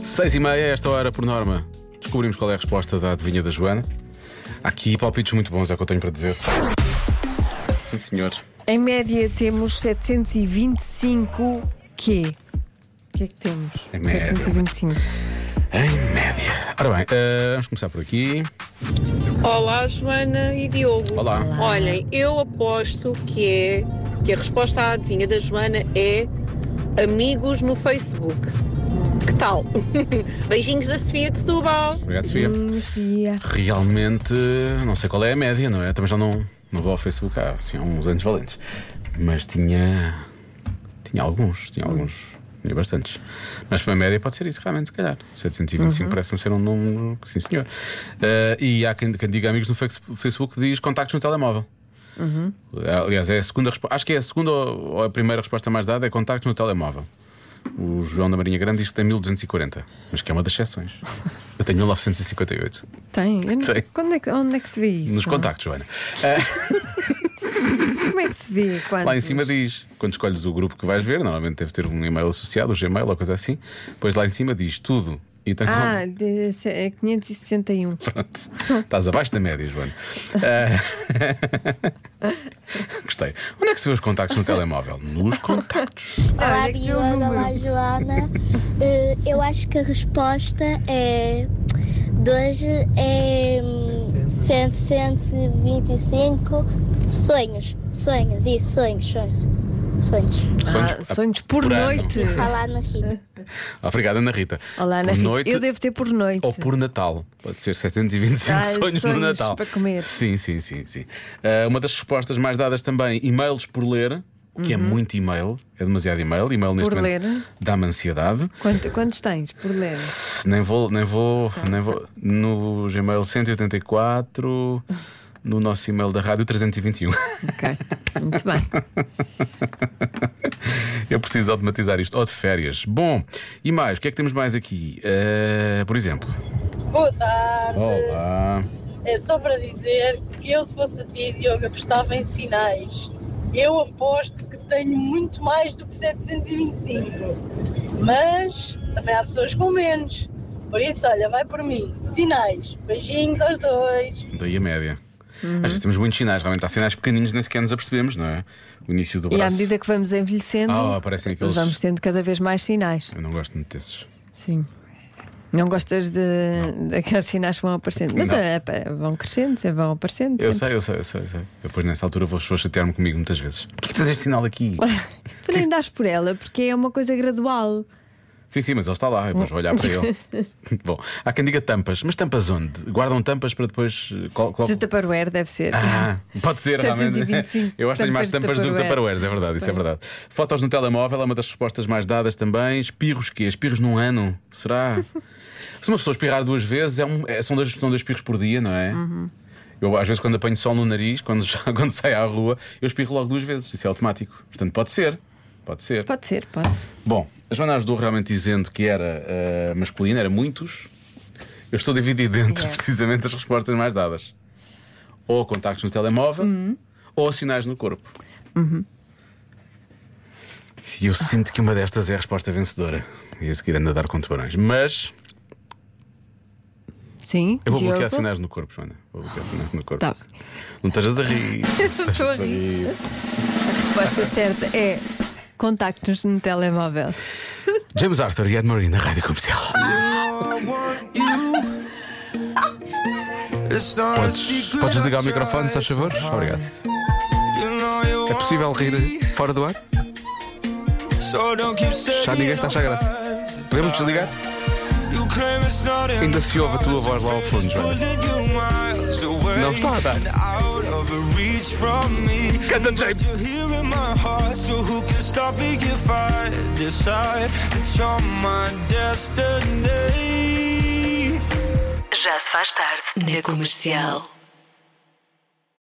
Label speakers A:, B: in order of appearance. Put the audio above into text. A: Seis e meia, esta hora, por norma, descobrimos qual é a resposta da adivinha da Joana. Há aqui palpites muito bons, é o que eu tenho para dizer. Sim, senhores.
B: Em média temos 725 quê? O que é que temos?
A: Em média.
B: 725.
A: Em média. Ora bem, eh, vamos começar por aqui.
C: Olá, Joana e Diogo.
A: Olá.
C: Olhem, eu aposto que é que a resposta à adivinha da Joana é amigos no Facebook. Que tal? Beijinhos da Sofia de Setúbal.
A: Obrigado, Sofia.
B: Energia.
A: Realmente, não sei qual é a média, não é? Também já não, não vou ao Facebook há assim, há uns anos valentes. Mas tinha. Tinha alguns, tinha alguns. Tinha bastantes. Mas para a média pode ser isso, realmente, se calhar. 725 parece-me ser um número que, sim, senhor. Eh, e há quem, quem diga amigos no fex- Facebook diz contactos no telemóvel. Aliás, é a segunda resposta. Acho que é a segunda ou ou a primeira resposta mais dada é contactos no telemóvel. O João da Marinha Grande diz que tem 1240, mas que é uma das exceções. Eu tenho 1958.
B: Tem? Eu não sei.
A: Tem.
B: Quando é que, onde é que se vê isso?
A: Nos contactos, Joana.
B: Como é que se vê?
A: Lá em
B: Quantos?
A: cima diz, quando escolhes o grupo que vais ver, normalmente deve ter um e-mail associado, um Gmail ou coisa assim, pois lá em cima diz tudo. E tem um
B: Ah, de- é 561.
A: Pronto. Estás abaixo da média, Joana. Ah, Gostei. Onde é que se vê os contactos no telemóvel? Nos contactos.
B: Olha
D: Olá,
B: que
D: Diogo.
B: número.
D: Olá, Joana. Eh, eu acho que a resposta é. De hoje é. hum, 100, 125 sonhos. Sonhos, isso, sonhos, sonhos. Sonhos.
A: Sonhos,
B: Ah, sonhos por,
A: por ano.
B: noite.
D: Falar na Rita.
A: Ah, Obrigado, Ana Rita.
B: Olá, Ana
A: Por
B: Rita.
A: noite
B: Eu devo ter por noite.
A: Ou por Natal. Pode ser 725
B: Ah,
A: sonhos,
B: sonhos
A: no Natal.
B: para comer.
A: Sim, sim, sim. sim. Ah, uma das respostas mais dadas também, e-mails por ler, que é muito e-mail, é demasiado e-mail. E-mail neste
B: Uhum. Por
A: momento
B: ler.
A: dá-me ansiedade.
B: Quanto- quantos tens por ler?
A: Nem vou, nem vou, nem vou. No Gmail 184, no nosso e-mail da rádio 321.
B: Ok. Muito bem.
A: Eu preciso automatizar isto. Ou de férias. Bom, e mais, o que é que temos mais aqui? Ah, por exemplo.
E: Boa tarde.
A: Olá.
E: É só para dizer que eu, se fosse a ti, Diogo, apostava em sinais. Eu aposto que tenho muito mais do que 725. Mas também há pessoas com menos. Por isso, olha, vai por mim. Sinais. Beijinhos aos dois.
A: Daí a média. Às vezes temos muitos sinais, realmente há sinais pequeninos, nem sequer nos apercebemos, não é? O início do
B: E à
A: braço.
B: medida que vamos envelhecendo,
A: Ah, aparecem aqueles.
B: vamos tendo cada vez mais sinais.
A: Eu não gosto muito desses.
B: Sim. Não gostas de, daqueles sinais que vão aparecendo. Mas
A: Não.
B: ah, pá, vão crescendo, sempre vão aparecendo.
A: Eu
B: sempre.
A: sei, eu sei, eu sei, eu sei. Eu depois nessa altura vou, vou chatear-me comigo muitas vezes. Porquê que tens este sinal aqui?
B: Tu nem dás por ela, porque é uma coisa gradual.
A: sim, sim, mas ele está lá, eu depois vou olhar para ele. Bom, há quem diga tampas, mas tampas onde? Guardam tampas para depois. eh, Col colo-
B: De Tupperware deve ser.
A: Ah, pode ser, realmente.
B: 725
A: Eu acho que tenho mais
B: tampas
A: tampas
B: de
A: do que
B: Tupperware.
A: taparueres, é verdade, isso é verdade. Fotos no telemóvel é uma das respostas mais dadas também. Espirros quê? Espirros num ano? Será? Se uma pessoa espirrar duas vezes, é um- é- são, dois, são dois espirros por dia, não é? Eu, às vezes, quando apanho sol no nariz, quando, já- quando saio à rua, eu espirro logo duas vezes. Isso é automático. Portanto, pode ser. Pode ser.
B: Pode ser, pode.
A: Bom, a Joana ajudou realmente dizendo que era eh, masculina, era muitos. Eu estou dividido entre
B: Yeah.
A: precisamente as respostas mais dadas: ou contactos no telemóvel,
B: Uhum.
A: ou sinais no corpo. E eu sinto que uma destas é a resposta vencedora. E a seguir anda a dar com tubarões. Mas
B: Sim.
A: eu vou
B: Diogo?
A: bloquear sinais no corpo, Joana. Vou bloquear sinais no corpo.
B: Tá.
A: Não estejas a rir.
B: Estou a rir. A resposta certa é contactos no telemóvel.
A: James Arthur e Ed Murray na rádio comercial. Podes, podes ligar o microfone, se faz favor? Obrigado.
F: É
A: É possível rir fora do ar?
F: Já ninguém está a achar graça.
A: Podemos desligar?
F: Ainda se ouve a tua voz lá ao fundo, Joana. Não está a dar. Canta, James.
G: Já se faz tarde na comercial.